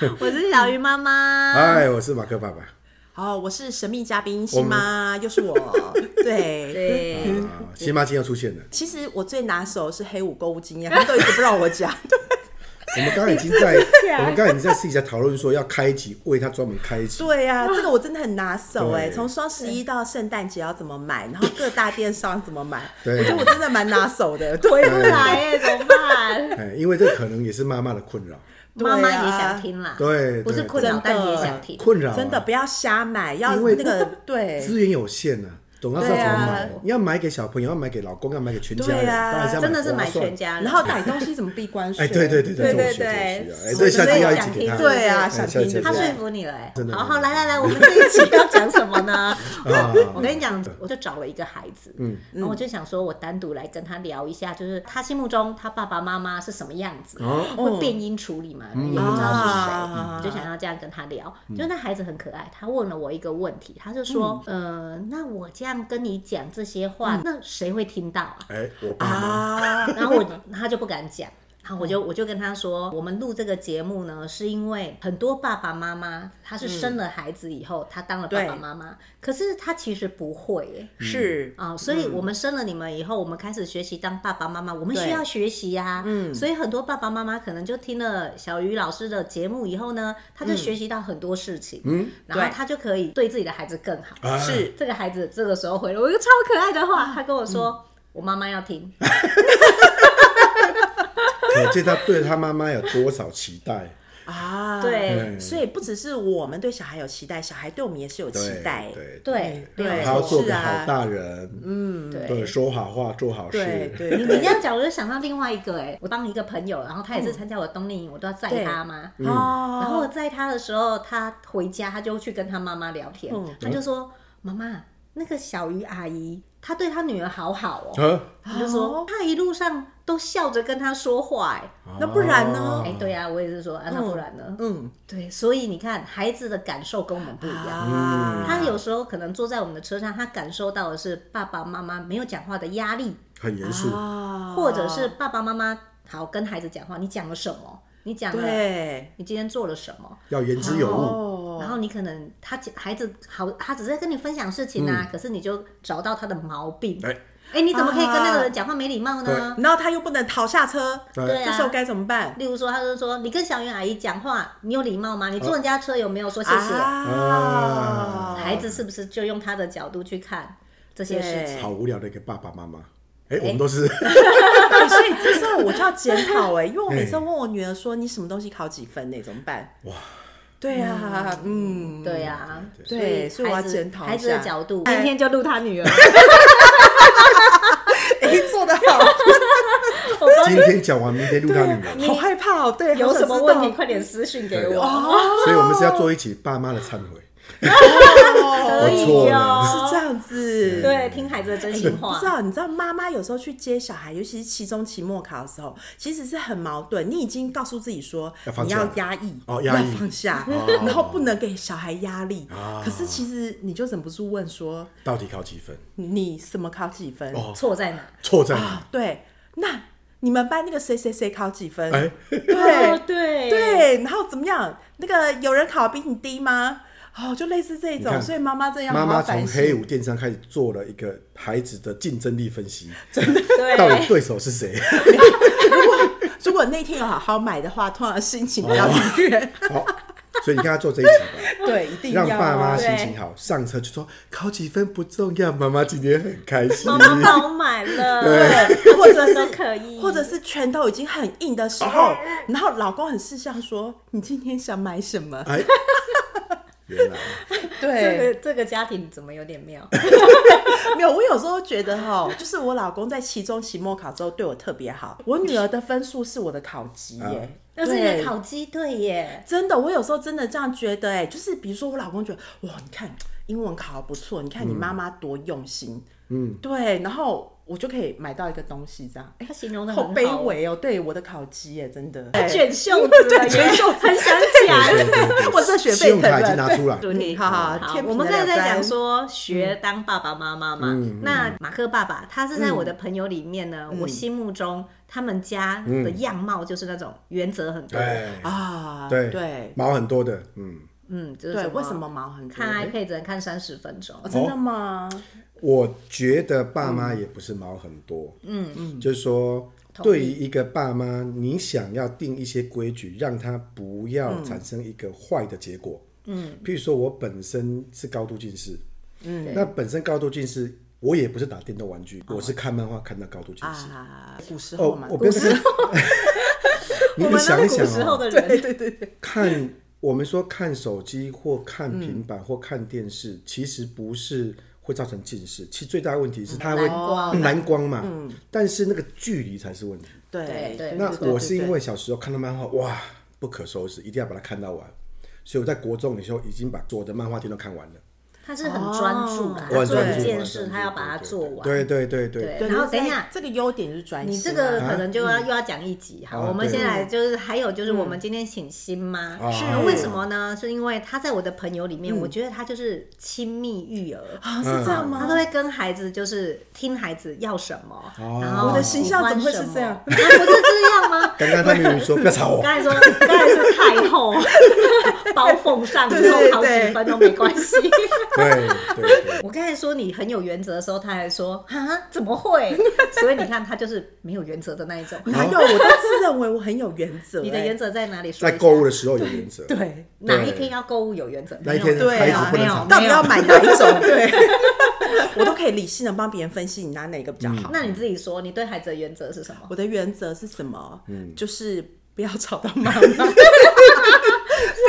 我是小鱼妈妈。嗨，我是马克爸爸。哦，我是神秘嘉宾新妈，又是我。对，对，啊，新妈今天又出现了。其实我最拿手是黑五购物经验，他们都一直不让 我讲。对我们刚刚已经 在，我们刚刚已经在私底下讨论说要开一集，为他专门开一集。对呀、这个我真的很拿手哎，对从双十一到圣诞节要怎么买，然后各大电商怎么买，对我觉得我真的蛮拿手 的。对回不来哎，怎么办？哎，因为这可能也是妈妈的 困扰。妈妈也对啊想听啦，对，不是对困扰真，的但也想听。困扰啊，真的不要瞎买，要因为那个对。 资源有限啊呢，总要知道怎么买对啊。你要买给小朋友，要买给老公，要买给全家对人，啊当然是要真的是划买算全。家人，然后买东西怎么闭关税？啊哎，对对对对这对种需要对这种需要哎，我对，下真的次要一想起给听他。对啊，哎想下一听集你他对说讲服你了哎真，的好好来来来，我们这一集要讲什么呢？ 啊我跟你讲，我就找了一个孩子，嗯，然后我就想说，我单独来跟他聊一下，就是他心目中他爸爸妈妈是什么样子，哦嗯会变音处理嘛，也不知道是谁，嗯啊我就想要这样跟他聊。就那孩子很可爱，他问了我一个问题，他就说，嗯呃，那我这样跟你讲这些话，那谁会听到啊？哎，我爸妈啊， 然后我他就不敢讲。然后我就我就跟他说，我们录这个节目呢，是因为很多爸爸妈妈他是生了孩子以后，他当了爸爸对妈妈，可是他其实不会耶是啊、所以我们生了你们以后，我们开始学习当爸爸妈妈，我们对需要学习呀、嗯，所以很多爸爸妈妈可能就听了小鱼老师的节目以后呢，他就学习到很多事情，嗯，然后对他就可以对自己的孩子更好。啊是这个孩子这个时候回了我一个超可爱的话，他跟我说：“我妈妈要听。”可见他对他妈妈有多少期待。啊，对嗯所以不只是我们对小孩有期待，小孩对我们也是有期对待。对对对没有他要错做是个啊好大人，嗯，对，对。说好话，做好对事，对你你这样讲，我就想到另外一个哎、我帮一个朋友，然后他也是参加我的冬令营，我都要载他嘛。嗯嗯对哦，然后我载他的时候，他回家他就去跟他妈妈聊天，嗯他就说：“妈妈，那个小鱼阿姨，她对她女儿好好哦、啊，他就说哦她一路上都笑着跟她说话哎、那不然呢哦哎、对啊，我也是说，啊，那不然呢？嗯对，所以你看，孩子的感受跟我们不一样。啊，嗯他有时候可能坐在我们的车上，他感受到的是爸爸妈妈没有讲话的压力，很严肃，啊或者是爸爸妈妈好跟孩子讲话，你讲了什么？你讲了，对你今天做了什么？要言之有物，哦然后你可能他孩子好，他只是在跟你分享事情嗯啊，可是你就找到他的毛病。哎哎，你怎么可以跟那个人讲话没礼貌呢？哦然后他又不能讨下车，对这啊时候该怎么办？例如说，他就说你跟小云阿姨讲话，你有礼貌吗？你哦坐人家车有没有说谢谢？啊，孩子是不是就用他的角度去看这些事情？对好无聊的一个爸爸妈妈。哎，我们都是对，哎所以这时候我就要检讨哎，因为我每次问我女儿说你什么东西考几分呢？怎么办？哇，对啊，嗯，对呀、对所以我要孩子检讨一下孩子的角度。哎今天就录他女儿，哎，做得好， 我今天讲完，明天录他女 儿，好害怕哦，对，有好什想么知问道题快点私信给我。所以我们是要做一起爸妈的忏悔。哦 可以我错哦了，是这样子，对，听孩子的真心不话知。道，你知道妈妈有时候去接小孩，尤其是期中、期末考的时候，其实是很矛盾。你已经告诉自己说要放你下要压抑，哦压抑要放下，哦然后不能给小孩压力。啊可是其实你就忍不住问说，到底考几分？你什么考几分？哦，错在哪？错在哪？对，那你们班那个谁谁谁考几分？哎，对哦对，对，然后怎么样？那个有人考比你低吗？哦，就类似这你种，看所以妈妈这样妈好妈好从反黑省。五电商开始做了一个孩子的竞争力分析，对到底对手是谁？ 如果那天有好好买的话，通常心情比较愉悦。好，所以你看他做这一集吧。对，一定要哦让爸妈啊心情好，上车就说考几分不重要，妈妈今天很开心。妈妈帮我买了，对，或者都是可以或者是拳头已经很硬的时哦候，然后老公很识相说：“你今天想买什么 哎，原来？”啊这对，个这个家庭怎么有点妙？没有，我有时候觉得哈，就是我老公在期中、期末考之后对我特别好，我女儿的分数是我的考级耶。嗯那是你的对烤鸡对耶，真的，我有时候真的这样觉得，哎，就是比如说我老公觉得，哇，你看英文考得不错，你看你妈妈多用心，嗯，对，然后我就可以买到一个东西，这样，哎，他形容的好很卑好哦，微哦，对，我的烤鸡耶，真的，卷袖子了耶，卷袖子很想对 讲。对对我这学信沸用腾卡已了。经拿出来对对，好好，好天，平我们的刚才两在讲端说学当爸爸妈妈嘛，那马克爸爸他是在我的朋友里面呢，我心目中他们家的样貌就是那种原则很多，哎，啊，对对毛很多的，嗯，嗯，就是对，为什么毛很多看 iPad 只能看三十分钟哦？真的吗？我觉得爸妈也不是毛很多，嗯嗯，就是说。同意对于一个爸妈，你想要定一些规矩，让他不要产生一个坏的结果。嗯，譬如说，我本身是高度近视，嗯，那本身高度近视，我也不是打电动玩具，我是看漫画看到高度近视。啊，古时候哦嘛，，我不是，你我你们想都一是想古时候哦，的人，看我们说看手机或看平板或看电视，其实不是会造成近视，其实最大的问题是它会蓝嗯光蓝光嘛，但是那个距离才是问题。对对对那对对我是因对为小时候看到漫画，哇，不可收拾，一定要把它看到完。所以我在国中的时候已经把所有的漫画店都看完了，他是很专注的，哦我啊他很做专一注，件我很事专他注要把它做完。对对对对对，对然后等一下，这个优点就是专心啊。你这个可能就要、又要讲一集哈。啊我们对先来就是还有就是我们今天请新妈，啊是为什么呢？是因为她在我的朋友里面，嗯我觉得她就是亲密育儿。啊，是这样她吗都？会跟孩子就是听孩子要什么，哦然后我的形象怎么会是喜欢这样什么啊不是这样吗？ 刚刚他们有说不要吵我，刚才说刚才是太后啊 包缝上，以对对后好几分都没关系。 对对对，我刚才说你很有原则的时候，他还说啊怎么会？所以你看他就是没有原则的那一种。哪嗯有？我都自认为我很有原则。你的原则在哪里？在购物的时候有原则，哎对哪一天要购物有原则？那一天没有对孩啊子不没能有吵，到底要买哪一种？对，我都可以理性的帮别人分析你拿哪个比较嗯好。那你自己说，你对孩子的原则是什么？我的原则是什么？嗯就是不要吵到妈 妈，不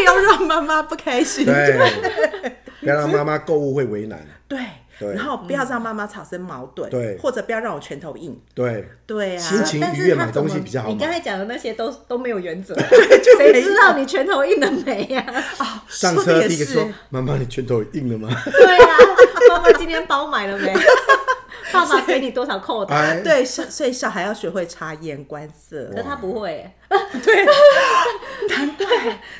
要让妈妈不开心。对， 不要让妈妈购物会为难。对，对然后不要让妈妈产生矛盾，对或者不要让我拳头硬，对，对啊，心情但愉悦是买他怎东么西比较好买你刚才讲的那些都都没有原 则，就没谁知道你拳头硬了没呀、啊，上说车的第一也个是说：“妈妈，你拳头硬了吗对啊，爸爸今天包买了 没？爸爸给你多少扣？”的？哎，对，小所以小孩要学会察言观色可，是他不哎会， 难怪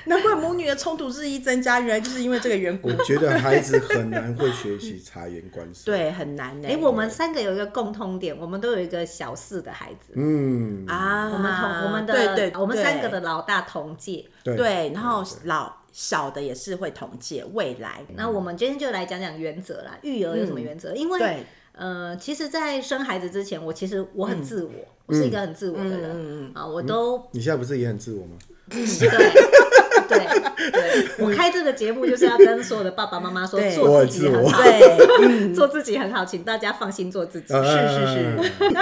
难怪母女的冲突日益增加，原来就是因为这个缘故我。觉得孩子很难会学习察言观色。，对，很难呢、哎、我们三个有一个共通点，我们都有一个小四的孩子，嗯，啊，我们同我们的对对，我们三个对的老大同届，对对，然后老小的也是会统计未来，那我们今天就来讲讲原则啦，育儿有什么原则？因为嗯对呃，其实，在生孩子之前，我其实我很自嗯我，我是一个很自我的人、啊，我都你现在不是也很自我吗？嗯 对对对，我开这个节目就是要跟所有的爸爸妈妈说，对做自己很好， 对，做自己很好，请大家放心做自啊己。是是是，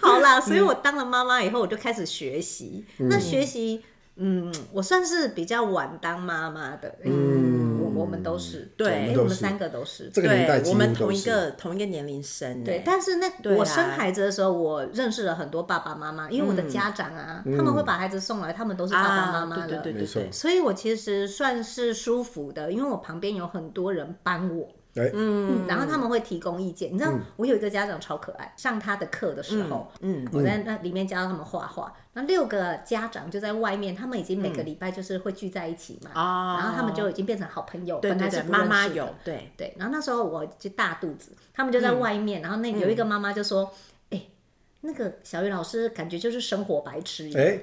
好啦，嗯所以我当了妈妈以后，我就开始学习。那学习，嗯，我算是比较晚当妈妈的，嗯，我我们都是，对哎我们都我们是三个都是，这个年代对，几我乎们都同一是个同一个年龄生，对，，但是那对啊我生孩子的时候，我认识了很多爸爸妈妈，因为我的家长啊，他们会把孩子送来，他们都是爸爸妈妈嗯啊，的，对对对没错对，所以我其实算是舒服的，因为我旁边有很多人帮我。哎，嗯嗯，然后他们会提供意见。你知道，我有一个家长超可爱，上他的课的时候，嗯，我在那里面教他们画画。那六个家长就在外面，他们已经每个礼拜就是会聚在一起嘛，嗯哦然后他们就已经变成好朋友。对本来是对对，不妈妈认识的有嗯对，对，然后那时候我就大肚子，他们就在外面，然后那有嗯一个妈妈就说：“哎、那个小雨老师感觉就是生活白痴一样。哎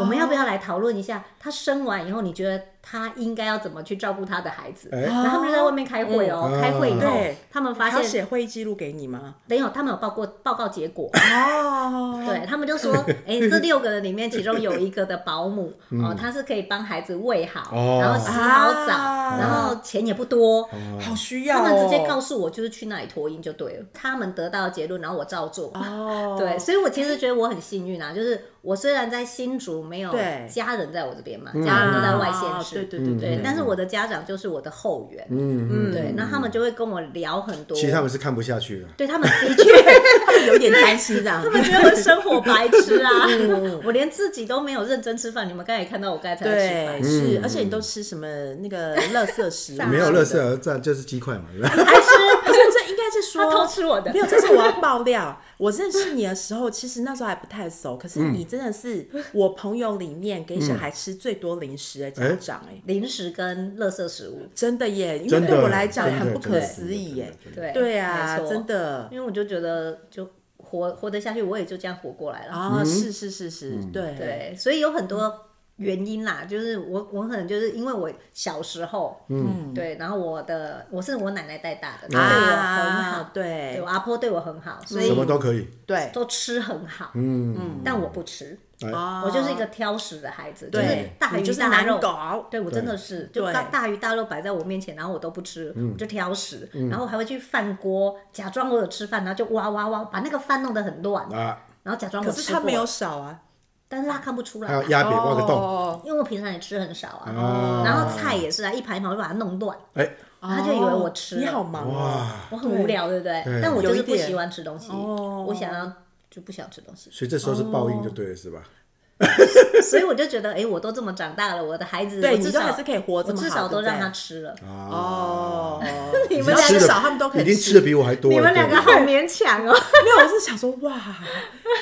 我们要哦不要来讨论一下，她生完以后，你觉得她应该要怎么去照顾她的孩子？哎然后他们就在外面开会哦，嗯开会以后对，他们发他现写会议记录给你吗？没有，他们有报过报告结果，哦，对他们就说，哎、这六个人里面，其中有一个的保姆、哦，她是可以帮孩子喂好，哦然后洗好澡，啊然后钱也不多，好需要、他哦，们直接告诉我就是去那里脱音就对了，他们得到的结论，然后我照做。哦，对，所以我其实觉得我很幸运啊，就是我虽然在新竹没有对家人在我这边嘛，家人都在外县市，啊对对对对，但是我的家长就是我的后援，嗯嗯，对，那他们就会跟我聊很多，其实他们是看不下去的。对他们的确，他们有点担心这样，他们觉得我生活白痴啊， 我连自己都没有认真吃饭，你们刚才也看到我刚才才在吃对饭，是，而且你都吃什么那个垃圾食物啊嗯没有什么的乐色而战就是鸡块嘛，对吧还是不是这应该是是说他偷吃我的没有，这是我要爆料。我认识你的时候，其实那时候还不太熟，嗯可是你真的是我朋友里面给小孩吃最多零食的家长哎、零食跟垃圾食物。真的耶，因为真的对我来讲真的很不真可的思议耶。真的真的对对啊，没错真的因为我就觉得就活活得下去，我也就这样活过来了。嗯啊，是是是是，对对，所以有很多原因啦，就是我我可能就是因为我小时候，嗯，对，然后我的我是我奶奶带大的，对我很好，啊，对我阿婆对我很好，所啊嗯什以么都可以。对，都吃很好，嗯但我不吃，哎啊我就是一个挑食的孩子，就对是大你鱼就是大难肉。搞，对，我真的是就对大大鱼大肉摆在我面前，然后我都不吃，嗯我就挑食，然后还会去饭锅假装我有吃饭，然后就哇哇哇把那个饭弄得很乱，啊，然后假装可我是吃他过没有少啊，但是他看不出来还啊、有压扁挖个洞，哦，因为我平常也吃很少啊，啊然后菜也是啊，一盘一盘我就把它弄乱，哎，他就以为我吃了哦你好忙哦，哇！我很无聊，对不对？但我就是不喜欢吃东西，哦我想要就不想吃东西，所以这时候是报应就对了，是吧？所以我就觉得，哎，我都这么长大了，我的孩子，对我你至都少还是可以活这我么好，至少都对不对让他吃了。啊， 哦，你已们经两吃个的至少他们都肯已经吃的比我还多了。你们两个对好勉强哦，没有，我是想说 哇，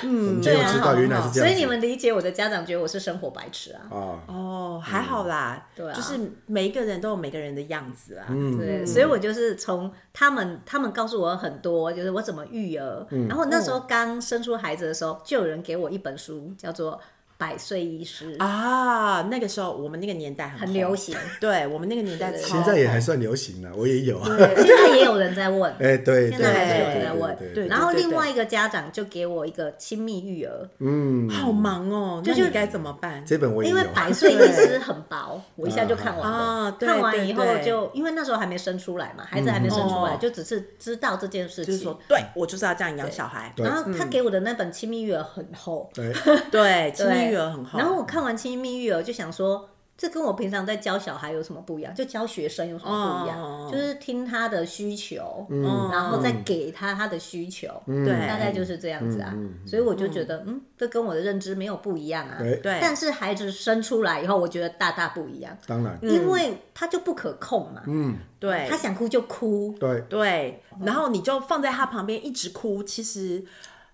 嗯你就有知道原来是这啊所样以子，你们理解我的家长觉得我是生活白痴啊，啊，哦，还好啦，对啊就是每一个人都有每个人的样子啦，嗯，对，所以我就是从他们，他们告诉我很多，就是我怎么育儿。嗯然后那时候刚生出孩子的时候，就有人给我一本书，叫做《百岁医师》，啊，哦那个时候我们那个年代很很红流，行。对我们那个年代对超现在也还算流行了，我也有。对现在也有人在问， 哎， 对嗯对现在还是有人在对问对。对然后另外一个家长就给我一个亲密育儿，嗯，好忙哦，那你该怎么办？这本我也因为有。百岁医师很薄，我一下就看完了。啊，对看完以后，对对就因为那时候还没生出来嘛，孩嗯子还没生出来，哦就只是知道这件事就是说情。，对嗯我就是要这样养小孩，对然后他给我的那本亲密育儿很厚，对，对，亲密对育儿很好，啊然后我看完《亲密育儿》就想说，这跟我平常在教小孩有什么不一样？就教学生有什么不一样？哦就是听他的需求，嗯然后再给他他的需求，嗯对大概就是这样子啊。所以我就觉得，嗯，这跟我的认知没有不一样啊。对对但是孩子生出来以后，我觉得大大不一样，当然，因为他就不可控嘛，嗯，嗯对他嗯想哭就哭，对，对，然后你就放在他旁边一直哭，其实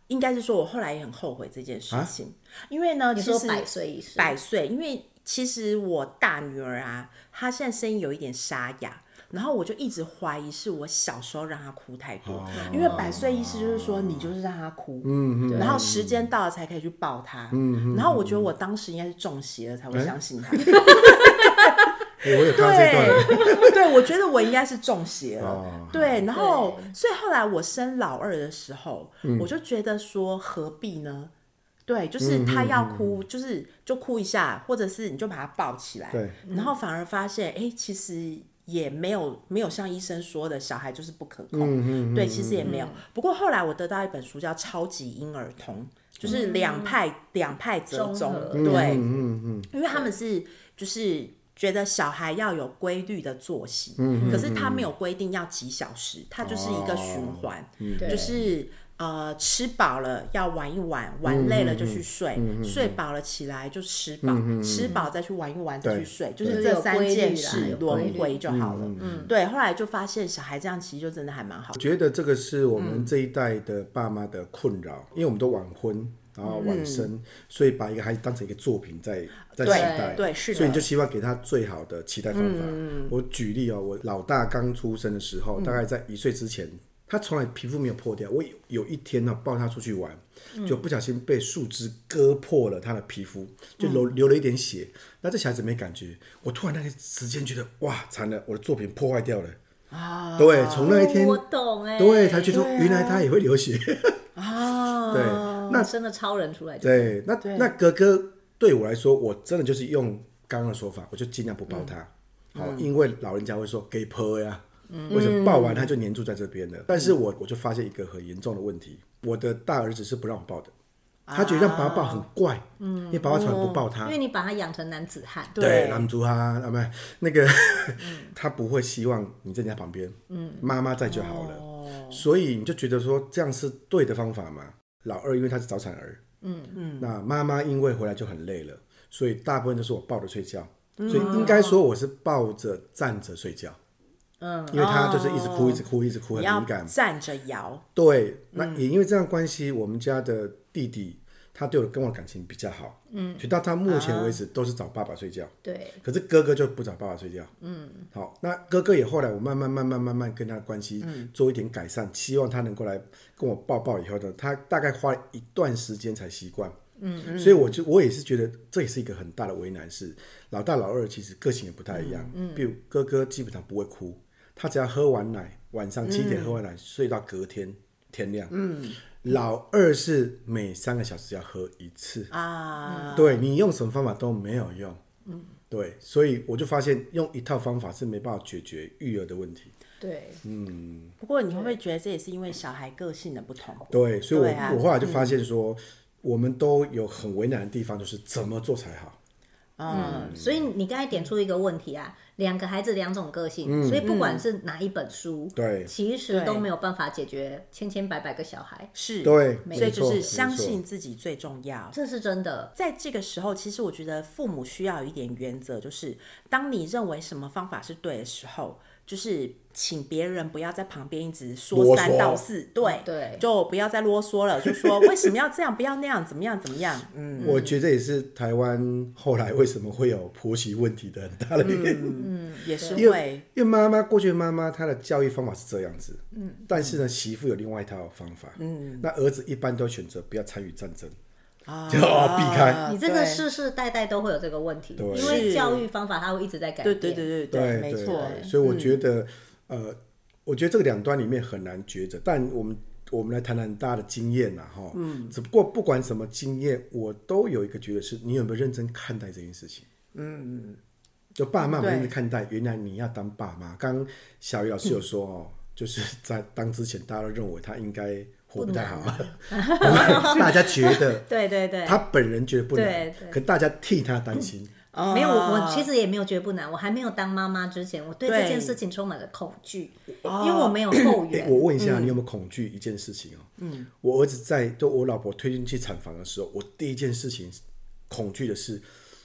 应该是说我后来也很后悔这件事啊情，因为呢，你其说实百岁以上，百岁，因为其实我大女儿啊，她现在声音有一点沙哑。然后我就一直怀疑是我小时候让她哭太多，哦因为百岁意思就是说你就是让她哭，嗯嗯然后时间到了才可以去抱她。然后我觉得我当时应该是中邪了才会相信她。哎我有看到这段，对， 对，我觉得我应该是中邪了。哦对，然后对所以后来我生老二的时候，嗯我就觉得说何必呢？对，嗯就是他要哭，就是就哭一下，或者是你就把他抱起来，对，然后反而发现，哎、其实也没有没有像医生说的，小孩就是不可控，嗯嗯嗯对，其实也没有。不过后来我得到一本书叫《超级婴儿童》，就是两派、两派折嗯综中合，嗯对，嗯嗯，因为他们是就是觉得小孩要有规律的作息，嗯可是他没有规定要几小时，它就是一个循环，哦对就是呃吃饱了要玩一玩，玩累了就去嗯睡，睡饱了起来就吃饱，吃饱再去玩一玩再去睡，就就是是这有三规律件啦事有规轮律回就好嗯了。对，后来就发现小孩这样其实就真的还蛮好我。觉得这个是我们这一代的爸妈的困嗯扰，因为我们都晚婚。然后晚生，所以把一个孩子当成一个作品在在期待，对是的所以你就希望给他最好的期待方法。我举例哦，我老大刚出生的时候，大概在一岁之前，他从来皮肤没有破掉。我有有一天呢，抱他出去玩，就不小心被树枝割破了他的皮肤，就流流了一点血。那这小孩子没感觉，我突然那个时间觉得哇，惨了，我的作品破坏掉了。啊，对，啊从那一天我懂哎，对，才觉得说原来他也会流血。啊 对，那生了超人出来就对，那那哥哥对我来说，我真的就是用刚刚的说法，我就尽量不抱他。好、因为老人家会说给泼呀，为什么抱完他就黏住在这边了？但是我我就发现一个很严重的问题，我的大儿子是不让我抱的，他觉得让爸爸抱很怪，因为爸爸从来不抱他。因为你把他养成男子汉，对对，男主哈，啊不，那个 他不会希望你在人家旁边，嗯，哦妈妈在就好了。所以你就觉得说这样是对的方法嘛？老二因为他是早产儿，嗯嗯，那妈妈因为回来就很累了，所嗯以大部分都是我抱着睡觉，所以应该说我是抱着站着睡觉。嗯，因为他就是一直哭，哦一直哭，一直哭，很你要敏感。站着摇，对，那也因为这样关系，我们家的弟弟他对我跟我感情比较好，嗯，直到他目前为止都是找爸爸睡觉，对，可是哥哥就不找爸爸睡觉，嗯，好，那哥哥也后来我慢慢慢慢慢慢跟他的关系做一点改善，希望他能够来跟我抱抱以后呢，他大概花了一段时间才习惯。嗯，所以我就我也是觉得这也是一个很大的为难事。老大老二其实个性也不太一样，嗯，比如哥哥基本上不会哭，他只要喝完奶，晚上七点喝完奶、睡到隔天天亮，嗯，老二是每三个小时要喝一次，啊，对你用什么方法都没有用。对，所以我就发现用一套方法是没办法解决育儿的问题。对，不过你会不会觉得这也是因为小孩个性的不同？对，所以我、对啊我后来就发现说，我们都有很为难的地方，就是怎么做才好。嗯，所以你刚才点出一个问题啊，两个孩子两种个性，所以不管是哪一本书，对其实对都没有办法解决千千百百个小孩，是，对所以没就错是没相错信自己最重要。这是真的。在这个时候，其实我觉得父母需要有一点原则，就是当你认为什么方法是对的时候，就是请别人不要在旁边一直说啰嗦三道四，对对就不要再啰嗦了，就说为什么要这样，不要那样，怎么样怎么样，嗯，我觉得也是台湾后来为什么会有婆媳问题的很大的原因。嗯也是因会为因为妈妈过去的妈妈她的教育方法是这样子，嗯，但是呢，媳妇有另外一套方法，嗯，那儿子一般都选择不要参与战争，啊 就哦避开你这个世世代代都会有这个问题，因为是教育方法它会一直在改对变。对对对对，没对错，对所以我觉得，呃，我觉得这个两端里面很难抉择，但我们我们来谈谈大家的经验啦，哈，嗯，只不过不管什么经验，我都有一个觉得是，你有没有认真看待这件事情？嗯。就爸妈有没有认真看待，原来你要当爸妈。刚刚小雨老师有说哦，就是在当之前，大家都认为他应该活不太好， 大家觉得对对对他本人觉得不难对，对可大家替他担心。哦没有，我我其实也没有觉得不难。我还没有当妈妈之前，我对这件事情充满了恐惧，因为我没有后欸援。我问一下，你有没有恐惧一件事情哦？嗯，我儿子在就我老婆推进去产房的时候，我第一件事情恐惧的是，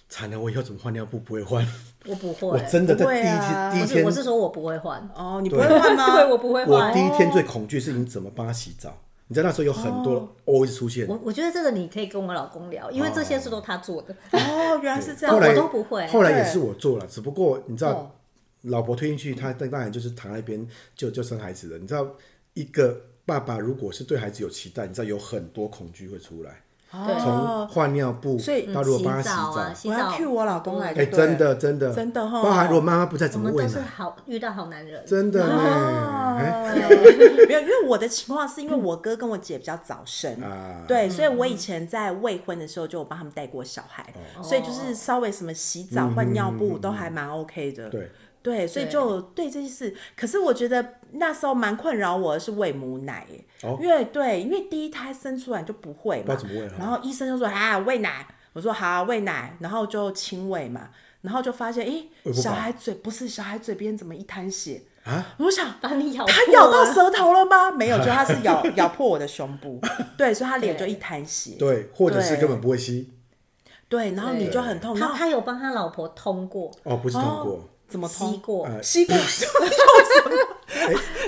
产了我以后怎么换尿布不会换？我不会，我真的在不会第一天、啊第一不是，天我是说我不会换，哦，你不会换吗？ 对，我不会我换第。一天最恐惧是你怎么帮他洗澡？你知道那时候有很多 always 出现，我我觉得这个你可以跟我老公聊，因为这些事都他做的。哦，原来是这样后，来我都不会后来也对是我做了，只不过你知道，老婆推进去，她当然就是躺在一边就就生孩子了。你知道，一个爸爸如果是对孩子有期待，你知道有很多恐惧会出来，从换尿布所以到如果帮他洗澡啊，哦洗我要 cue 我老公来就哎，对了，真的真的真的哦包含如果妈妈不在怎我么们喂都是啊奶，好遇到好男人。真的呢，哎对 没有，因为我的情况是因为我哥跟我姐比较早生，嗯啊对，所以我以前在未婚的时候就有帮他们带过小孩，哦所以就是稍微什么洗澡、换尿嗯布都还蛮 OK 的。对对，所以对就对这些事，可是我觉得那时候蛮困扰我的是喂母奶，哦因为对，因为第一胎生出来就不会不知嘛道怎么喂啊，然后医生就说啊喂奶，我说好啊、喂奶，然后就亲喂嘛，然后就发现诶，喂不饱小孩嘴不是小孩嘴边怎么一滩血啊？我想把你咬破他咬到舌头了吗？没有， 就他是咬咬破我的胸部，对，所以他脸就一滩血，对，或者是对根本不会吸对，然后你对就很痛，然他后他有帮他老婆通过、哦，不是通呃过。怎么吸痛？过，吸过，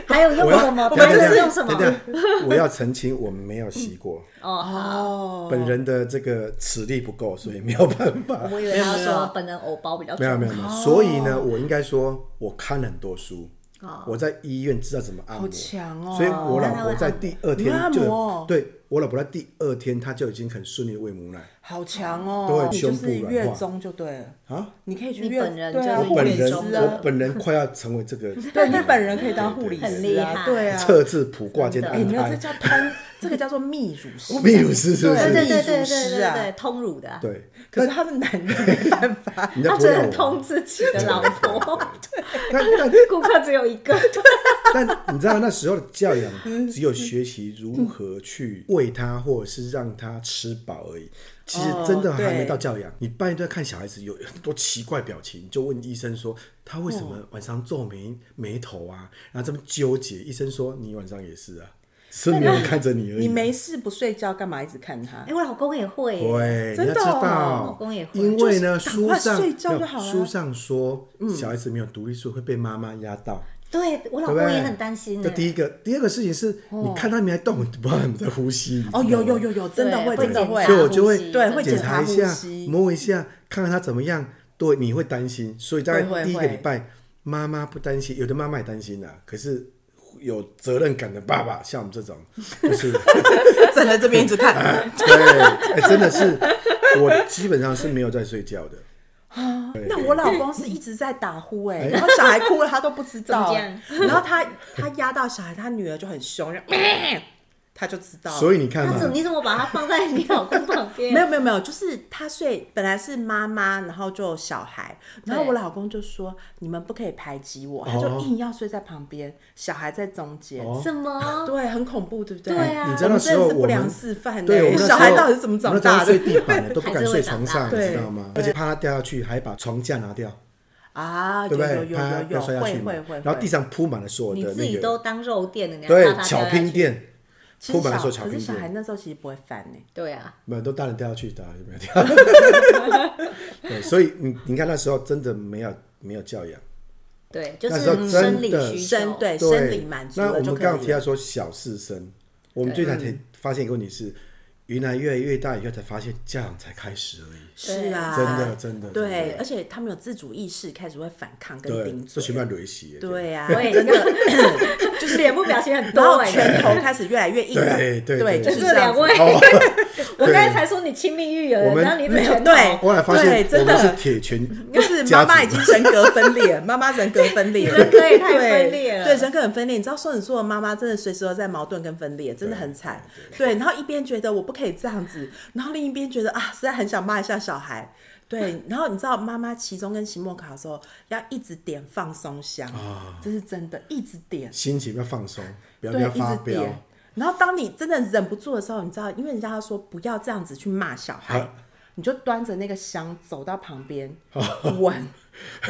还有用我要什么？等一下还有等用一下什么等？一下 我要澄清，我们没有吸过，哦，好，哦，本人的这个齿力不够，所以没有办法。我以哦为他没有没有说本人偶包比较重没有没有没有，所以呢，我应该说，我看很多书，哦我在医院知道怎么按摩，好强哦所以我老婆在第二那她天会按摩就你会按摩哦对我老婆在第二天，她就已经很顺利地喂母奶好强哦对！你就胸部是软化月中就对了，啊。你可以去你月本人对啊，就是我护本理人，师啊我， 本人快要成为这个对你本人可以当护理很师厉啊，害对啊，测字卜卦间哎，安没有，排，这叫通，这个叫做泌乳师，啊 泌乳师是不对对对是？对对艺对术师对啊对，通乳的啊，对，可是他是男人，没办法， 人家他不会真的很让我通。自己的老 婆，但但顾客只有一个， 但你知道那时候的教 养，嗯只有学习如何去喂他，或者是让他吃饱而已。其实真的还没到教哦养，你半夜都在看小孩子有很多奇怪表情，就问医生说他为什哦么晚上皱眉眉头啊，然后这么纠结。医生说你晚上也是啊，是没有人看着你而已。你没事不睡觉，干嘛一直看他哎，？我老公也会耶，对，真的你要知哦老道公也，会因为呢，就是书赶快上睡觉就没有好了嗯书上说小孩子没有独立睡会被妈妈压到，对我老公也很担心这嗯呢。第一个，第二个事情是，你看他没在动，你不知道他们在呼吸。你知道哦，吗有有，有有，真的对会，会真的检会啊查所以我呼就吸会对会检检查查一呼下吸、摸一下，看看他怎么样。对，你会担心，所以在会会第一个会礼拜，妈妈不担心，有的妈妈也担心啦。可是有责任感的爸爸，像我们这 种，就是站在这边一直 看。对，哎，真的是，我基本上是没有在睡觉的。那我老公是一直在打呼哎、然后小孩哭了他都不知道怎么这， 然后他他压到小孩，他女儿就 很凶，就他就知道了。所以你看他嘛怎，你怎么把它放在你老公旁 边？没有没有没有，就是他睡本来是妈妈，然后就有小孩，然后对我老公就说你们不可以排挤我，他就硬要睡在旁边，小孩在中间，哦什么？对，很恐怖，对不对？对啊你知道我那们时真候的是不我良们示范对，我欸们那时小候孩到底是怎么长我大们那时的候睡地板啊的，都不敢睡床 上，还是会长大你知道吗？而且怕他掉下去，还把床架拿掉，啊？对有不有对？有怕他有不有，要摔下会去嘛会会。。然后地会上铺满了所你有的自那己个都，当肉垫了，你还对怕，他掉巧下拼去？垫，其实铺满了小所有巧可拼是小孩垫，那时候其实不会翻呢、对啊，没有都大人掉下去的，有没有掉？ 对，所以你你看那时候真的没有没有教养。对，就那时候是真生理的需求。生对对，生理满足那了我就们可刚刚以提到了。说小四生，我们最嗯才才发现一个问题是，原来越来越大以后才发现教养才开始而已，是啊，真的真的真对，的而且他们有自主意识，开始会反抗跟对顶，这全部嘴。要累习。对啊，对真的，就是脸部表情很然多后哎、拳头开始越来越硬了。对对对，对就是这样两子 位，哦，我刚才才说你亲密育我儿，们然后你一直没有拳头对后来发现对真我的们是铁拳 不是家妈族妈已经人格分裂， 妈妈人格分裂了，人格也太分裂了对，对人格很分裂。你知道双子座的妈妈真的随时都在矛盾跟分裂，真的很惨。对，然后一边觉得我不可以这样子，然后另一边觉得啊，实在很想骂一下小孩。对，然后你知道妈妈期中跟期末考的时候要一直点放松箱，这是真的，一直点。心情要放松，不要不对，要一发直飙。点。然后当你真的忍不住的时候，你知道，因为人家说不要这样子去骂小孩啊，你就端着那个香走到 旁边闻，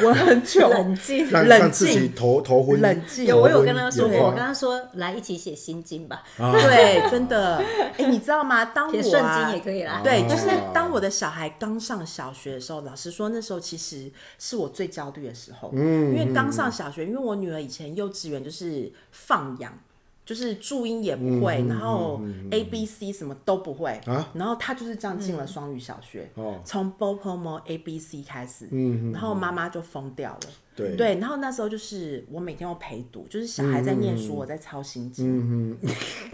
闻很久，冷静。让冷让自己静头头昏，冷静有，头我有昏跟他说眼过，我花跟他说来一起写心经吧，啊对，真的。 哎，你知道吗？当写我圣啊经也可以啦。对，就是当我的小孩刚上小学的时候，老实说，那时候其实是我最焦虑的时候。嗯，因为刚上小学，因为我女儿以前幼稚园就是放养，就是注音也不会，然后 A B C 什么都不会啊然后她就是这样进了双语小学，哦从 b o p o m o A B C 开始，嗯，然后妈妈就疯掉了。对对，然后那时候就是我每天要陪读，就是小孩在念书，我在抄心经。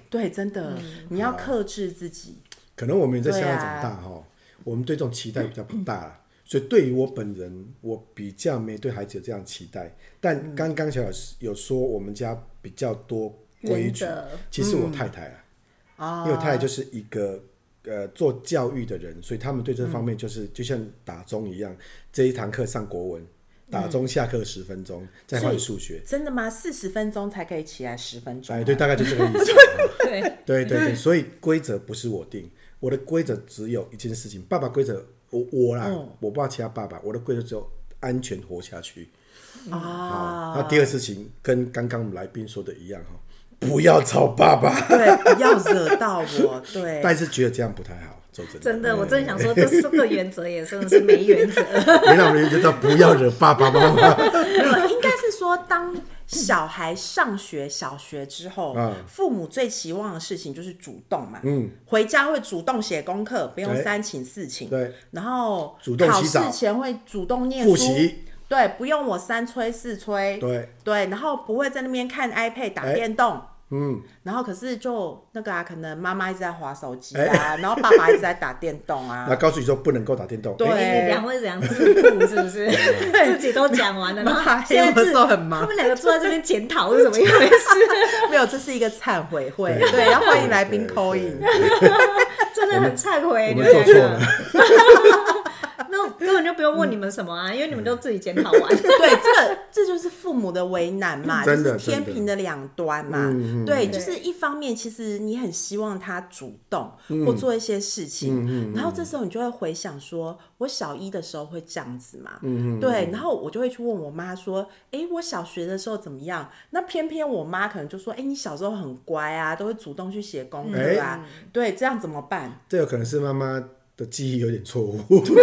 对，真的，你要克制自己。可能我们也在香港对长啊大哈、我们对这种期待比较不大啦。所以对于我本人，我比较没对孩子有这样期待。但刚刚小老师有说，我们家比较多规原矩则，嗯其实我太太啊，因为我太太就是一个呃做教育的人，所以他们对这方面就是、嗯就像打钟一样，这一堂课上国文，打钟下课十分钟，再换数学。真的吗？四十分钟才可以起来十分钟啊？哎，对，大概就这个意思。对 对对对，所以规则不是我定，我的规则只有一件事情。爸爸规则，我我啦，我不知道其他爸爸，我的规则只有安全活下去。哦啊，那第二事情跟刚刚我们来宾说的一样哈，不要吵爸爸，对，不要惹到我，对，但是觉得这样不太好，说真的，真 的，我真的想说，这四个原则也真的是没原则。没让人觉得不要惹爸爸妈妈。没有，应该是说，当小孩上学小学之后，嗯父母最期望的事情就是主动嘛，嗯，回家会主动写功课，不用对三请四请，对，然后主动考洗澡试前会主动念复书，习对，不用我三催四催，对对，然后不会在那边看 iPad 打哎电动。嗯，然后可是就那个啊，可能妈妈一直在划手机啊，然后爸爸一直在打电动啊 那，告诉你说不能够打电动，对哎你两位怎样自顾是不 是？自己都讲完了，然后现在有的自时候很忙他们两个坐在这边检讨是怎么一回事， 没有，这是一个忏悔会，对对，要欢迎来宾对 call in，对真的很忏悔。你我们们两做错个了， 那根本就不用问你们什么啊，因为你们都自己检讨完。 对，这个这就是父母的为难嘛，就真的嗯是天平的两端嘛。对，就是一方面，其实你很希望他主动嗯或做一些事情，然后这时候你就会回想说，我小一的时候会这样子嘛，嗯对，然后我就会去问我妈说，哎，我小学的时候怎么样？那偏偏我妈可能就说，哎，你小时候嗯很乖啊，都会主动去写功课啊，对，这样怎么办？这有可能是妈妈的记忆有点错误，只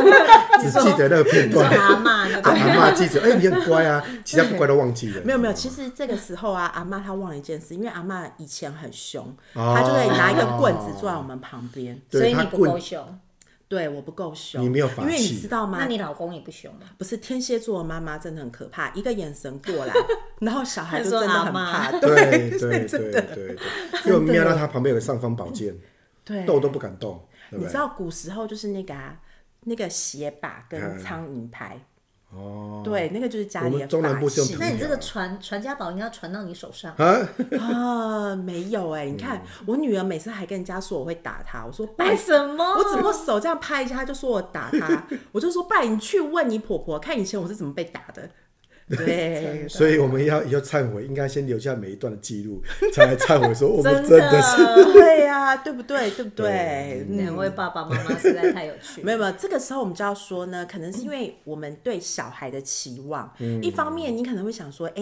记得那个片你说 段。阿妈 那阿个，妈记者，哎、你很乖啊，其他不乖都忘记了。没有没有，其实这个时候啊，阿妈她忘了一件事，因为阿妈以前很凶，哦她就会拿一个棍子坐在我们旁边。对所以他你不棍够凶，对，我不够凶，你没有法因为器你知道那吗？你老公也不凶吗？不是天蝎座的妈妈真的很可怕，一个眼 神过来，然后小孩就她说真的阿很嬷怕。 对对对对真对的对，因为我瞄到他旁边有个尚方宝剑， 对，动都不敢动，对你不知对？道古时候就是那个啊，那个鞋把跟苍蝇拍，嗯哦，对，那个就是家我里们的中南法部是用器藤那你这条个传传家宝应该要传到你手上，啊，啊，没有哎、你看嗯我女儿每次还跟人家说我会打她，我说拜为什么？我只不过手这样拍一下，她就说我打 她，我就说不然你去问你婆婆看以前我是怎么被打 的。对，所以我们要要忏悔，应该先留下每一段的记录，才来忏悔说我们真真的是。对呀、对不对？对不对？嗯两位爸爸妈妈实在太有趣了。没有没有，这个时候我们就要说呢，可能是因为我们对小孩的期望，一方面你可能会想说，哎、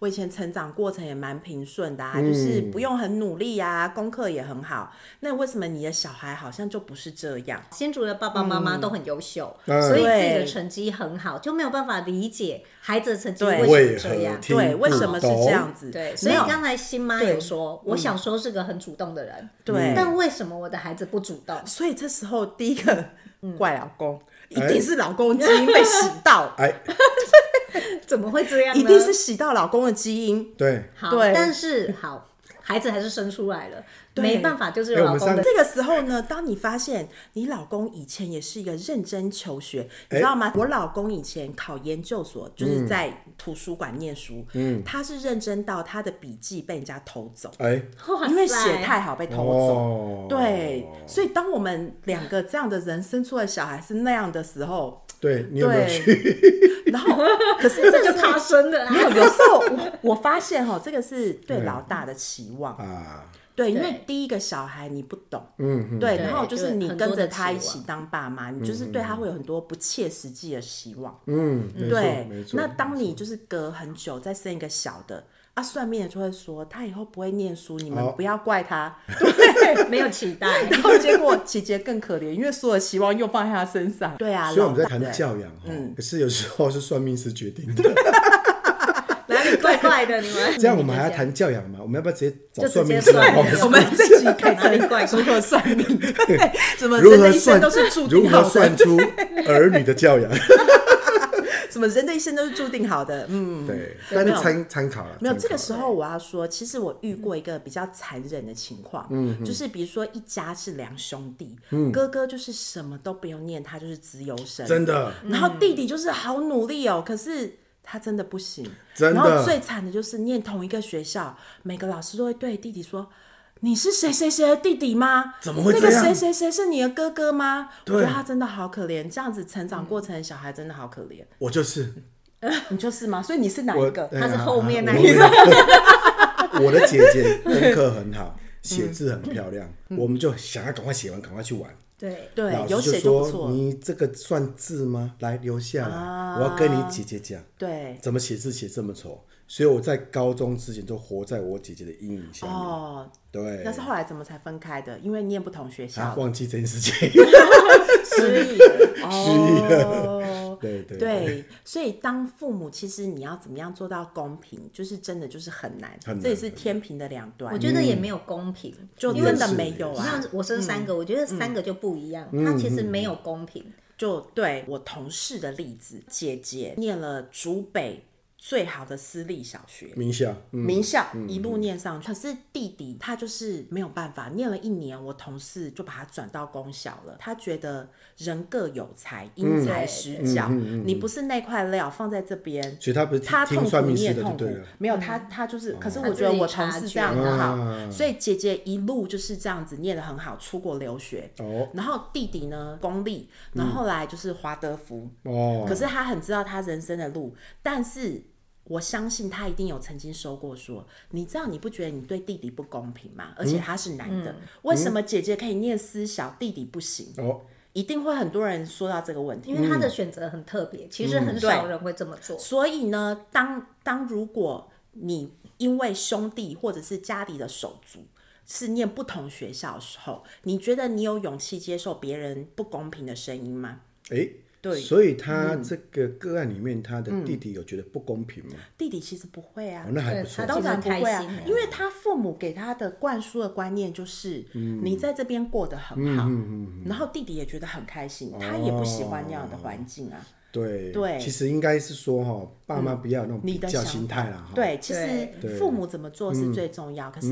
我以前成长过程也蛮平顺的啊，就是不用很努力啊，功课也很好，那为什么你的小孩好像就不是这样？新竹的爸爸妈妈都很优秀，嗯所以自己对的成绩很好，就没有办法理解孩子的成绩对为什么这为何样。听对，不为什么是这样懂子？对，所没以有刚才新妈嗯对有说，我小时候是个很主动的人，对但为什么我的孩子不主动？所以这时候第一个嗯怪老公，一定是老公基因被洗 到，哎，怎么会这样呢？一定是洗到老公的基因。对，好，对但是好，孩子还是生出来了，对没办法，就是哎有我老们公的上。这个时候呢，当你发现你老公以前也是一个认真求学，哎你知道吗？我老公以前考研究所，嗯就是在图书馆念书，嗯，他是认真到他的笔记被人家偷走，哎，哇因为塞写太好被偷走。哦，对，所以当我们两个这样的人生出来小孩是那样的时候，对你有没有去？ 对，然后可是这这就就是他生的没 啦。有，有时候我我发现哈，这个是对老大的期望。啊，对，因为对第一个小孩你不懂，嗯嗯对，对然后就是对你很跟多着的他期一起望当爸妈，你就是对他会有很多不切实际的希望。嗯，没错没对，错。那当你就是隔很久再生一个小的，啊，算命的就会说他以后不会念书，你哦们不要怪他。 没有期待，然后结果姐姐更可怜，因为所有的期望又放在他身上。对啊，所以我老们在大谈对。教养哈，嗯可是有时候是算命师决定 的。哪里怪怪的？你们 这样我们还要谈教养吗？我们要不要直接找就算直接命师来算帮我们我们这集改哪里怪成如何算命，对， 什么如人的何一生算都是注如定好何算的，出儿女的教养？什么人的一生都是注定好的，嗯。对，但是参参考了。没参有，考这个时候我要说，其实我遇过一个比较残忍的情况，嗯，就是比如说一家是两兄弟，哥哥就是什么都不用念，他就是自由生，嗯真的然后弟弟就是好努力哦，可是他真的不行，真的然后最惨的就是念同一个学校，每个老师都会对弟弟说。你是谁谁谁的弟弟吗？怎么会那个这样谁谁谁是你的哥哥吗？我觉对嗯得他真的好可怜，这样子成长过程的小孩真的好可怜。我就是你就是吗？所以你是哪我一，个？哎他是后面那我一 我的姐姐功课很好，嗯写字很漂亮，我们就想要赶快写完，赶快去玩。对，对老，有师写就就不说错。啊你这个算字吗？来留下来，我要跟你姐姐讲对，怎么写字写这么丑。所以我在高中之前就活在我姐姐的阴影下面。哦，对，那是后来怎么才分开的？因为念不同学校，啊，忘记这件事情。失忆了。哦对 对对，所以当父母，其实你要怎么样做到公平，就是真的就是很难，很难这也是天平的两端。我觉得也没有公平，就因为真的是没有你像啊，我生三个，我觉得三个就不一样，嗯它其实没有公平。就对我同事的例子，姐姐念了竹北最好的私立小学。名校，嗯，名校一路念上去，可是弟弟他就是没有办法，念了一年，我同事就把他转到公校了。他觉得人各有才，嗯因材施教，你不是那块料，放在这边，所以他不是他嗯听痛算苦命你也师的就痛苦对了。，哦没有他他就是，可是嗯他我自觉得己我察同事觉这样很啊好，所以姐姐一路就是这样子念得很好，出国留学，哦嗯然后弟弟呢公立，然后后来就是华德福，哦，可是他很知道他人生的路，但是我相信他一定有曾经说过说，你知道你不觉得你对弟弟不公平吗？而且他是男的，为什么姐姐可以念私小，弟弟不行？哦，一定会很多人说到这个问题。因为他的嗯选择很特别，其实很少人会这么做。所以呢，当当如果你因为兄弟或者是家里的手足。是念不同学校的时候，你觉得你有勇气接受别人不公平的声音吗？诶，对嗯所以他这个个案里面，他的弟弟有觉得不公平吗？弟弟其实不会啊哦，，那还不对错他，当然不会其实很开心啊欸，因为他父母给他的灌输的观念就是，嗯你在这边过得很好，然后弟弟也觉得很开心，他也不喜欢那样的环境哦啊。对对嗯其实应该是说哈，爸妈不要有那种比你的较想法心态啦，哈，嗯对，其对实父母怎么做是最重要。可是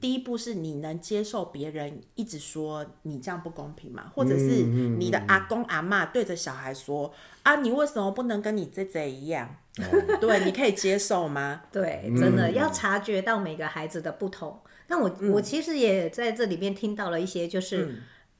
第一步是你能接受别人一直说你这样不公平嗯吗？或者是你的阿公阿妈对着小孩说啊，嗯你为什么不能跟你姐姐一样？哦对，你可以接受吗？对，真的、要察觉到每个孩子的不同。那我、我其实也在这里面听到了一些，就是、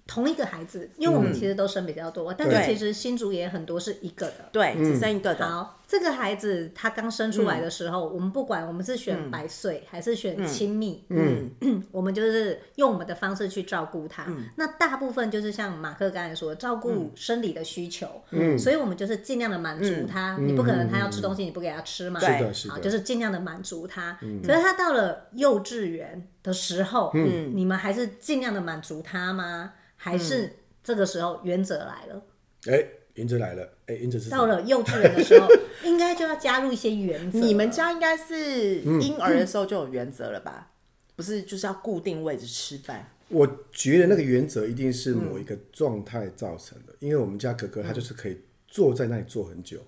同一个孩子，因为我们其实都生比较多，但是对其实新竹也很多是一个的。对，嗯只剩一个的，好，这个孩子他刚生出来的时候，我们不管我们是选百岁、还是选亲密，嗯， 我们就是用我们的方式去照顾他。那大部分就是像马克刚才说，照顾生理的需求，嗯，所以我们就是尽量的满足他。你不可能他要吃东西，你不给他吃嘛，是的好是的就是尽量的满足他。可是他到了幼稚园的时候，嗯，你们还是尽量的满足他吗？还是这个时候原则来了？哎，原则来了，哎，原则是什到么？了幼稚园的时候， 应该就要加入一些原则。你们家应该是婴儿的时候就有原则了吧？不是，就是要固定位置吃饭。我觉得那个原则一定是嗯某一个状态造成的，因为我们家哥哥他就是可以坐在那里坐很久，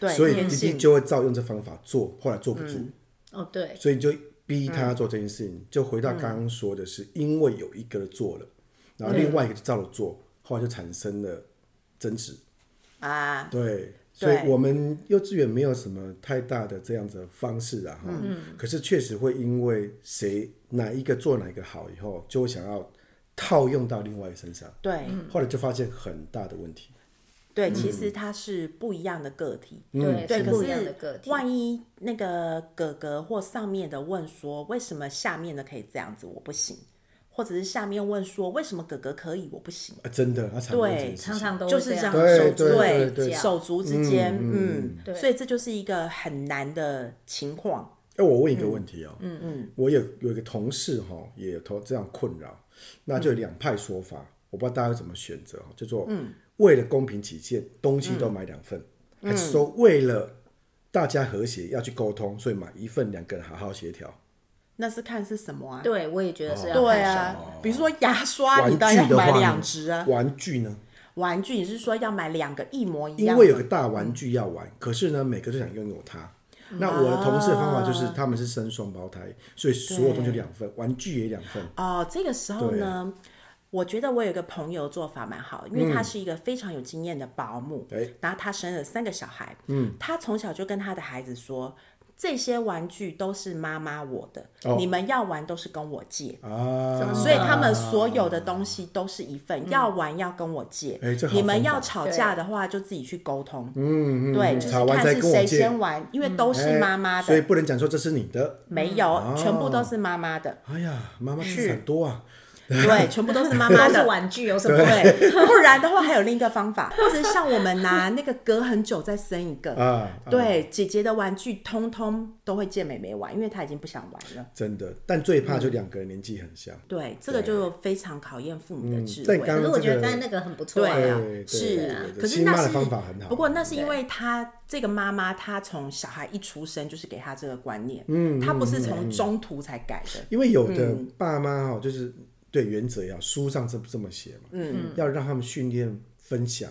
对，所以天弟弟性嗯就会照用这方法做，后来坐不住，哦，对，所以你就逼他做这件事情。就回到刚刚说的是，因为有一个做了，然后另外一个就照着做，后来就产生了争执。啊，对，所以对我们幼稚园没有什么太大的这样子的方式啊，哈、可是确实会因为谁哪一个做哪一个好以后，就会想要套用到另外一个身上，对后来就发现很大的问题。对，其实他是不一样的个体。对，对，是可不一样的个嗯是体。万一那个哥哥或上面的问说，为什么下面的可以这样子，我不行？或者是下面问说，为什么哥哥可以，我不行？啊，真的，他常常对这件事常情常都就是这这样，对手对对对对手足之间，嗯，对所以这就是一个很难的情况。哎、我问一个问题哦、嗯嗯，我有有一个同事哈、也有同这样困扰，那嗯就有两派说法，我不知道大家怎么选择哦，叫做为了公平起见，东西都嗯买两份，还是说为了大家和谐要去沟通，所以买一份，两个人好好协调。那是看是什么啊？对，我也觉得是要对看啊什么，比如说牙刷，玩你当然具要的话买呢两只啊。玩具呢？玩具，你是说要买两个一模一因样为有的？个大玩具要玩，可是呢，每个都想拥有它。嗯那我的同事的方法就是，啊他们是生双胞胎，所以所有东西两份，玩具也两份。哦，这个时候呢，我觉得我有一个朋友做法蛮好，因为她是一个非常有经验的保姆，哎然后她生了三个小孩，嗯，她从小就跟她的孩子说。这些玩具都是妈妈我的，哦你们要玩都是跟我借，啊，所以他们所有的东西都是一份，要玩要跟我借。哎这好你们方法要吵架的话，就自己去沟通。嗯，对，就是吵完看再是跟我谁借先玩，因为都是妈妈哎所以嗯的，不能讲说这是你的。没有，全部都是妈妈 的，哎呀，妈妈资产多啊，对，全部都是妈 都妈是的。玩具哦有什么？对，不然的话还有另一个方法，或者像我们拿那个隔很久再生一个。啊，啊，对，姐姐的玩具通通都会借妹妹玩，因为她已经不想玩了。真的。但最怕就两个人年纪很像，对，这个就非常考验父母的智嗯但慧。刚可是刚我这觉得个刚才那个很不错对啊啊，对对是对对，可是新妈那的是方法很好不过那是因为她这个妈妈，她从小孩一出生就是给她这个观念，嗯，她不是从中途才改的，因为有的嗯爸妈哦，就是对原则要书上这这么写嘛，嗯，要让他们训练分享。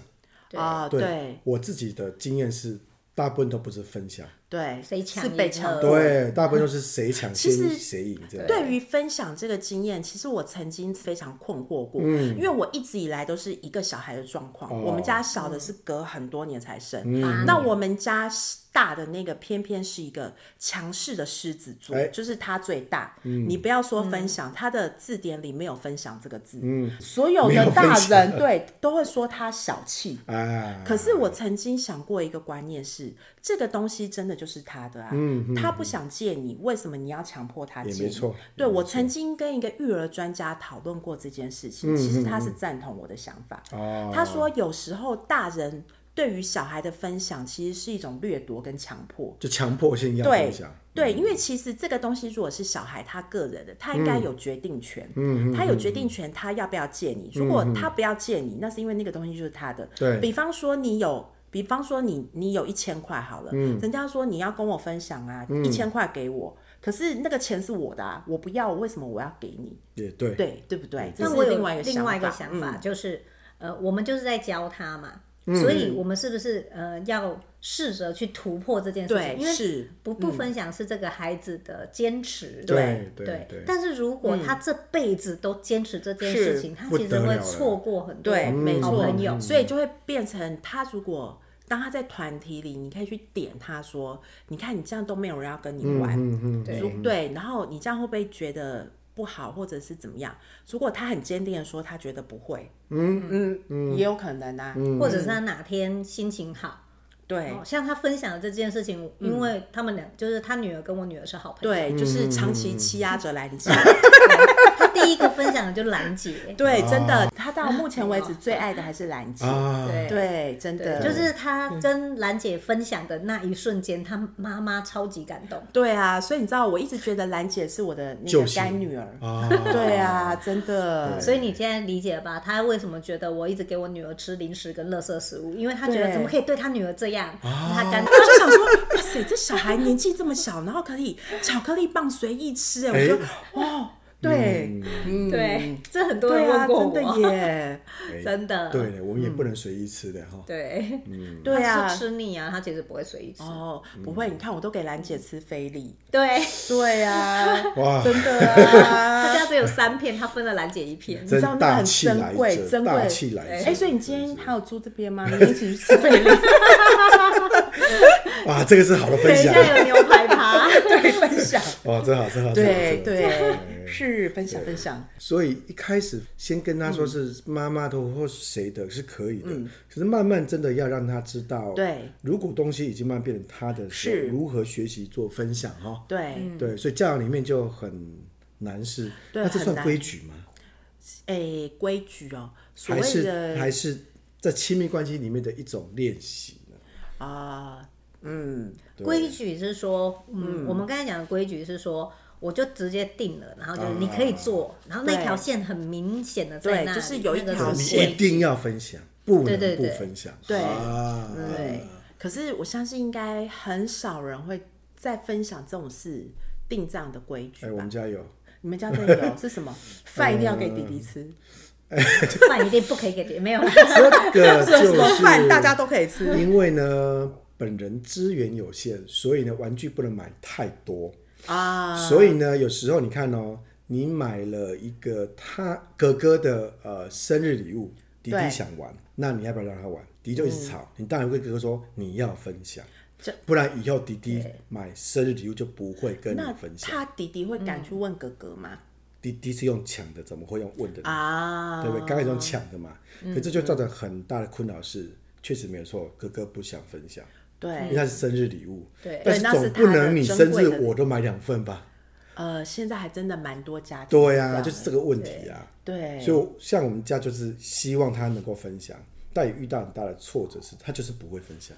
对啊，对我自己的经验是，大部分都不是分享，对，谁抢是赢被了抢夺对，大部分都是谁抢先嗯其实谁赢这样。对于分享这个经验，其实我曾经非常困惑过，嗯因为我一直以来都是一个小孩的状况。哦我们家小的是隔很多年才生，嗯那我们家大的那个偏偏是一个强势的狮子座，哎嗯就是他最大。你不要说分享，他的字典里没有“分享”这个字，所有嗯没有的大分享人对都会说他小气。啊，可是我曾经想过一个观念是，这个东西真的就是他的啊，他不想借你，为什么你要强迫他嗯借也你？没错对我曾经跟一个育儿专家讨嗯哦论过这件事情，其实他是赞同我的想法。他说有时候大人对于小孩的分享，其实是一种掠夺跟强迫。就强迫性要对分享，哎对，因为其实这个东西如果是小孩他个人的，他应该有决定权。嗯，他有决定权，他要不要借你？如果他不要借你，那是因为那个东西就是他的。对比方说你有，比方说你你有一千块好了，人家说你要跟我分享啊，一千块给我，可是那个钱是我的啊，我不要，为什么我要给你？也对，对，对不对？这那是我有另外一个另外一个想法嗯想法就是，呃，我们就是在教他嘛，所以我们是不是呃要试着去突破这件事对情？因为是嗯不不分享是这个孩子的坚持，对对对对但是如果嗯他这辈子都坚持这件事情，他不其实得了会了错过很多对，没好错，嗯朋友。所以就会变成他如果当他在团体里，你可以去点他说，你看你这样都没有人要跟你玩，嗯嗯对如对，然后你这样会不会觉得不好，或者是怎么样？如果他很坚定的说他觉得不会，嗯嗯，也有可能啊，或者是他哪天心情好，对嗯哦，像他分享的这件事情，因为他们俩就是他女儿跟我女儿是好朋友，对，就是长期欺压着兰 姐，他第一个分享的就兰姐，对，真的，他到目前为止最爱的还是兰姐，啊，对对，真的对，就是他嗯跟兰姐分享的那一瞬间，他妈妈超级感动。对啊，所以你知道，我一直觉得兰姐是我的那救个星干女儿，啊，对啊，真的，所以你现在理解了吧？他为什么觉得我一直给我女儿吃零食跟垃圾食物？因为他觉得对怎么可以对他女儿这样？啊他干我就想说，哇塞，这小孩年纪这么小，然后可以巧克力棒随意吃，哎，我就哦， 对，嗯，对，这很多人对问啊，过真的我， 耶，哎真的对了，我们也嗯不能随意吃的哈。对对他啊是，吃腻啊，他其实不会随意吃。哦，不会，你看我都给兰姐吃菲力， 对，对 啊，哇，真的啊，他家只有三片，他分了兰姐一片。你真知道那大很气珍来贵，者，珍大贵，气来者。 哎，所以你今天还有住这 边吗？你们一起去吃菲 力，哇，这个是好的等分一 享，下有牛排趴，对，分享，哇，真好，真好，真好对。真好对，是分享分享，所以一开始先跟他说是妈妈的或是谁的，是可以的。可是慢慢真的要让他知道，嗯对，如果东西已经慢慢变成他的时候是如何学习做分享哈。对。对，所以教养里面就很难是，对那这很算难规矩吗？诶规矩哦，所还谓是的还是在亲密关系里面的一种练习呢？啊、嗯，规矩是说，嗯，我们刚才讲的规矩是说，我就直接定了，然后就是你可以做，然后那对条线很明显的在啊对那里，就是有一那个条你是一线定要分享，不对能对不对分享。对啊，对，哎可是我相信应该很少人会在分享这种事定这样的规矩哎，我吧？们家 有，你们嗯家真的 有是什么饭一定要给弟弟吃， 饭一定不可以给别人，没有 啦。这个是有就什么饭大是家都可以 吃？因为呢，本人资源有限，所以呢，玩具不能买太多。啊，所以呢，有时候你看哦，你买了一个他哥哥的呃生日礼物，迪迪对嗯想玩，那你要不要让他玩？迪迪就一直吵，你当然会跟哥哥说你要分享这，不然以后迪迪买生日礼物就不会跟你那分享。他弟弟会敢去问哥哥吗？迪迪是用抢的，怎么会用问的呢？啊，嗯对不对？刚开始用抢的嘛，可这就造成很大的困扰是。确实没有错，哥哥不想分享，因为对，他是生日礼物。对但嗯对那总是不他的能你珍生贵日的我都买两份吧？呃，现在还真的蛮多家庭对这啊，样就是这个问题啊。对，所以我像我们家就是希望他能够分享，但也遇到很大的挫折是，他就是不会分享。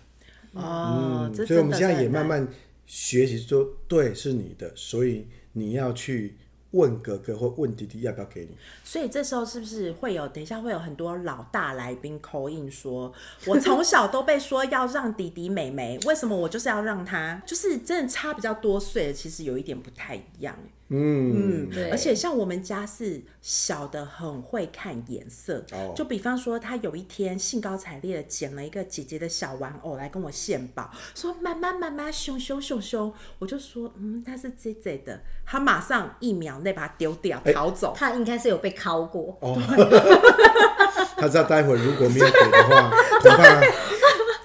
哦，这嗯所以我真们的现在是也很慢难慢学习说，对，是你的，所以你要去问哥哥或问弟弟要不要给你。所以这时候是不是会有？等一下会有很多老大来宾口音说，我从小都被说要让弟弟妹妹，为什么我就是要让他？就是真的差比较多岁，其实有一点不太一样。欸嗯，对，而且像我们家是小的很会看颜色，哦就比方说他有一天兴高采烈的捡了一个姐姐的小玩偶来跟我献宝，说妈妈妈妈熊熊熊熊，我就说嗯他是 J J 的，他马上一秒内把它丢掉哎逃走。他应该是有被敲过，哦他知道待会如果没有给的话，恐怕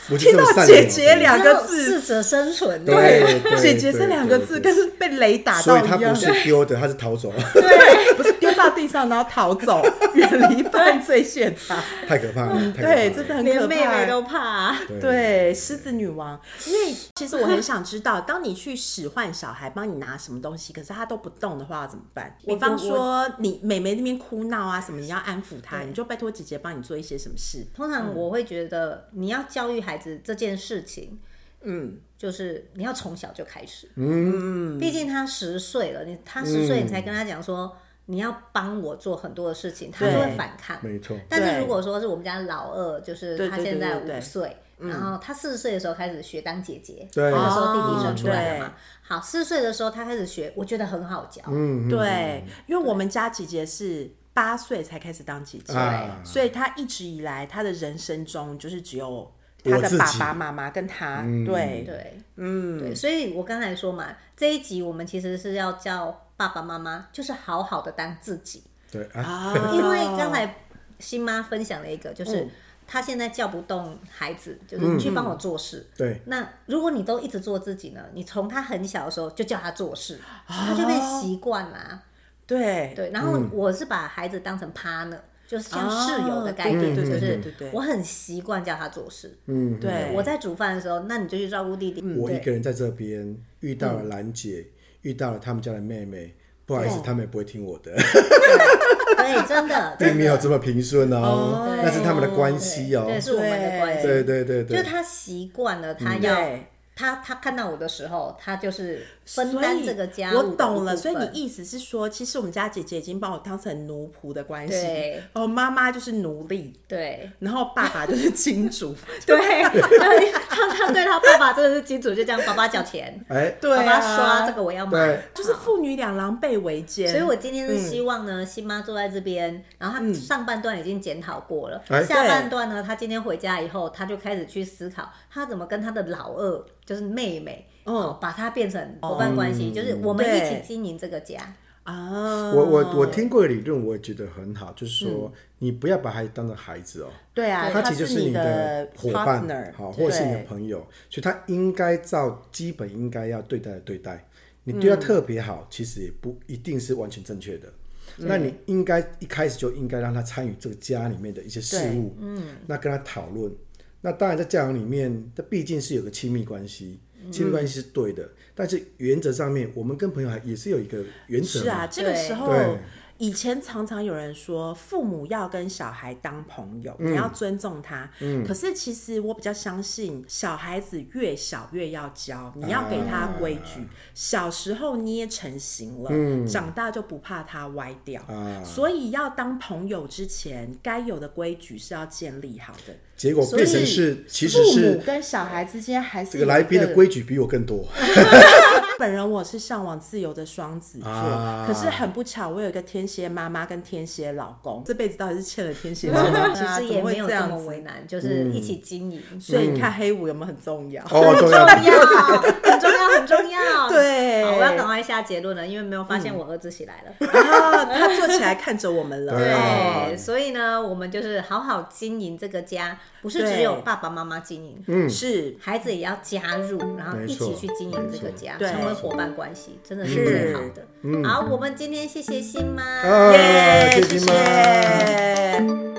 不是这么听到善良姐姐两只个有字适者生存。对对姐姐对这两个对字对跟被雷打所到以他一不样，是丢的，他是逃走。对，不是丢到地上，然后逃走，远离犯罪现场。 太可怕了，太可怕了对，真的很连可妹妹怕。都怕啊、对对，狮子女王，因为其实我很想知道，当你去使唤小孩帮你拿什么东西，可是他都不动的话怎么办？我比方说你妹妹那边哭闹啊什么，你要安抚她，你就拜托姐姐帮你做一些什么嗯事。通常我会觉得，你要教育孩子这件事情，嗯，就是你要从小就开始。嗯，毕竟他十岁了，你他十岁，你才跟他讲说、你要帮我做很多的事情，他就会对反抗。没错，但是对如果说是我们家老二，就是对嗯他对现对在对对五岁，然后他四岁的时候开始学当姐姐，对那个时候弟弟生出来了哦嘛。好，四岁的时候他开始学，我觉得很好教。嗯，嗯对，因为我们家姐姐是八岁才开始当姐姐，啊所以她一直以来她的人生中就是只有她我的自爸己爸妈妈跟她，对，对嗯，对，所以我刚才说嘛，这一集我们其实是要叫爸爸妈妈，就是好好的当自己，对啊，啊因为刚才新妈分享了一个，嗯就是她现在叫不动孩子，就是你去帮我做嗯事。对，那如果你都一直做自己呢？你从他很小的时候就叫他做事，啊他就变习惯啦、对对，然嗯后我是把孩子当成 partner，、就是像室友的概哦对念，对就对对是对对对我很习惯叫他做事。嗯，对，嗯我在煮饭的时候，那你就去照顾弟弟。我一嗯对个人在这边遇到了兰姐，遇到了他们家的妹妹，不好意思，他们也不会听我的， 对，真的，并真没有的，这么平顺哦哦，那是他们的关系哦，对，是我们的关系。对对对就是对，嗯他习惯了，他要对。他他看到我的时候，他就是所以分担这个家务我的一懂了。部所以分你意思是说，其实我们家姐姐已经把我当成奴仆的关系对，哦，妈妈就是奴隶， 对然后爸爸就是金 主，对，对他他对他爸爸真的是金主，就这样，爸爸缴钱，哎，对爸啊，爸刷这个我要买对，就是父女俩狼狈为奸，所以，我今天是嗯希望呢，新妈坐在这边，然后她上半段已经检讨过了，哎下半段呢，她今天回家以后，她就开始去思考，她怎么跟她的老二，就是妹妹，嗯哦，把她变成伙伴关系，就是我们一起哦对经营这个家。，啊，我我我听过的理论，我也觉得很好，就是说你不要把孩子当成孩子哦，对啊，他其实是是你的伙伴 partner，，好，或者是你的对朋友，所以他应该照基本应该要对待的对待。你嗯对他特别好，其实也不一定是完全正确的。嗯那你应该一开始就应该让他参与这个家里面的一些事物，嗯，那跟他讨论。那当然，在教养里面，这毕竟是有个亲密关系，嗯亲密关系是对的，但是原则上面，我们跟朋友还也是有一个原则是嘛，啊，这个时候对。以前常常有人说，父母要跟小孩当朋友，嗯你要尊重他。可是其实我比较相信，小孩子越小越要教，你要给他规矩。啊小时候捏成型了，长大就不怕他歪掉。嗯啊所以要当朋友之前，该有的规矩是要建立好的。结果变成是，其实父母是跟小孩之间还是这个来宾有一的规矩比我更多。 本人我是向往自由的双子座，啊可是很不巧，我有一个天蝎妈妈跟天蝎老公，这辈子到底是欠了天蝎妈妈嗯 啊其实怎也么会没有这这样么子嗯为难，就是一起经营，所以你看黑五有没有很重要？哦，重要很重要， 很重要，很重要。对嗯好，我要赶快下结论了，因为没有发现我儿子起来了。啊，他坐起来看着我们了。嗯哦对对，所以呢，我们就是好好经营这个家，不是只对有爸爸妈妈经营，嗯是孩子也要加入，然后没一错起去经营这个家，没错成为对伙伴关系，真的是是最好的。好，我们今天谢谢新妈。啊，耶，谢谢谢妈。谢。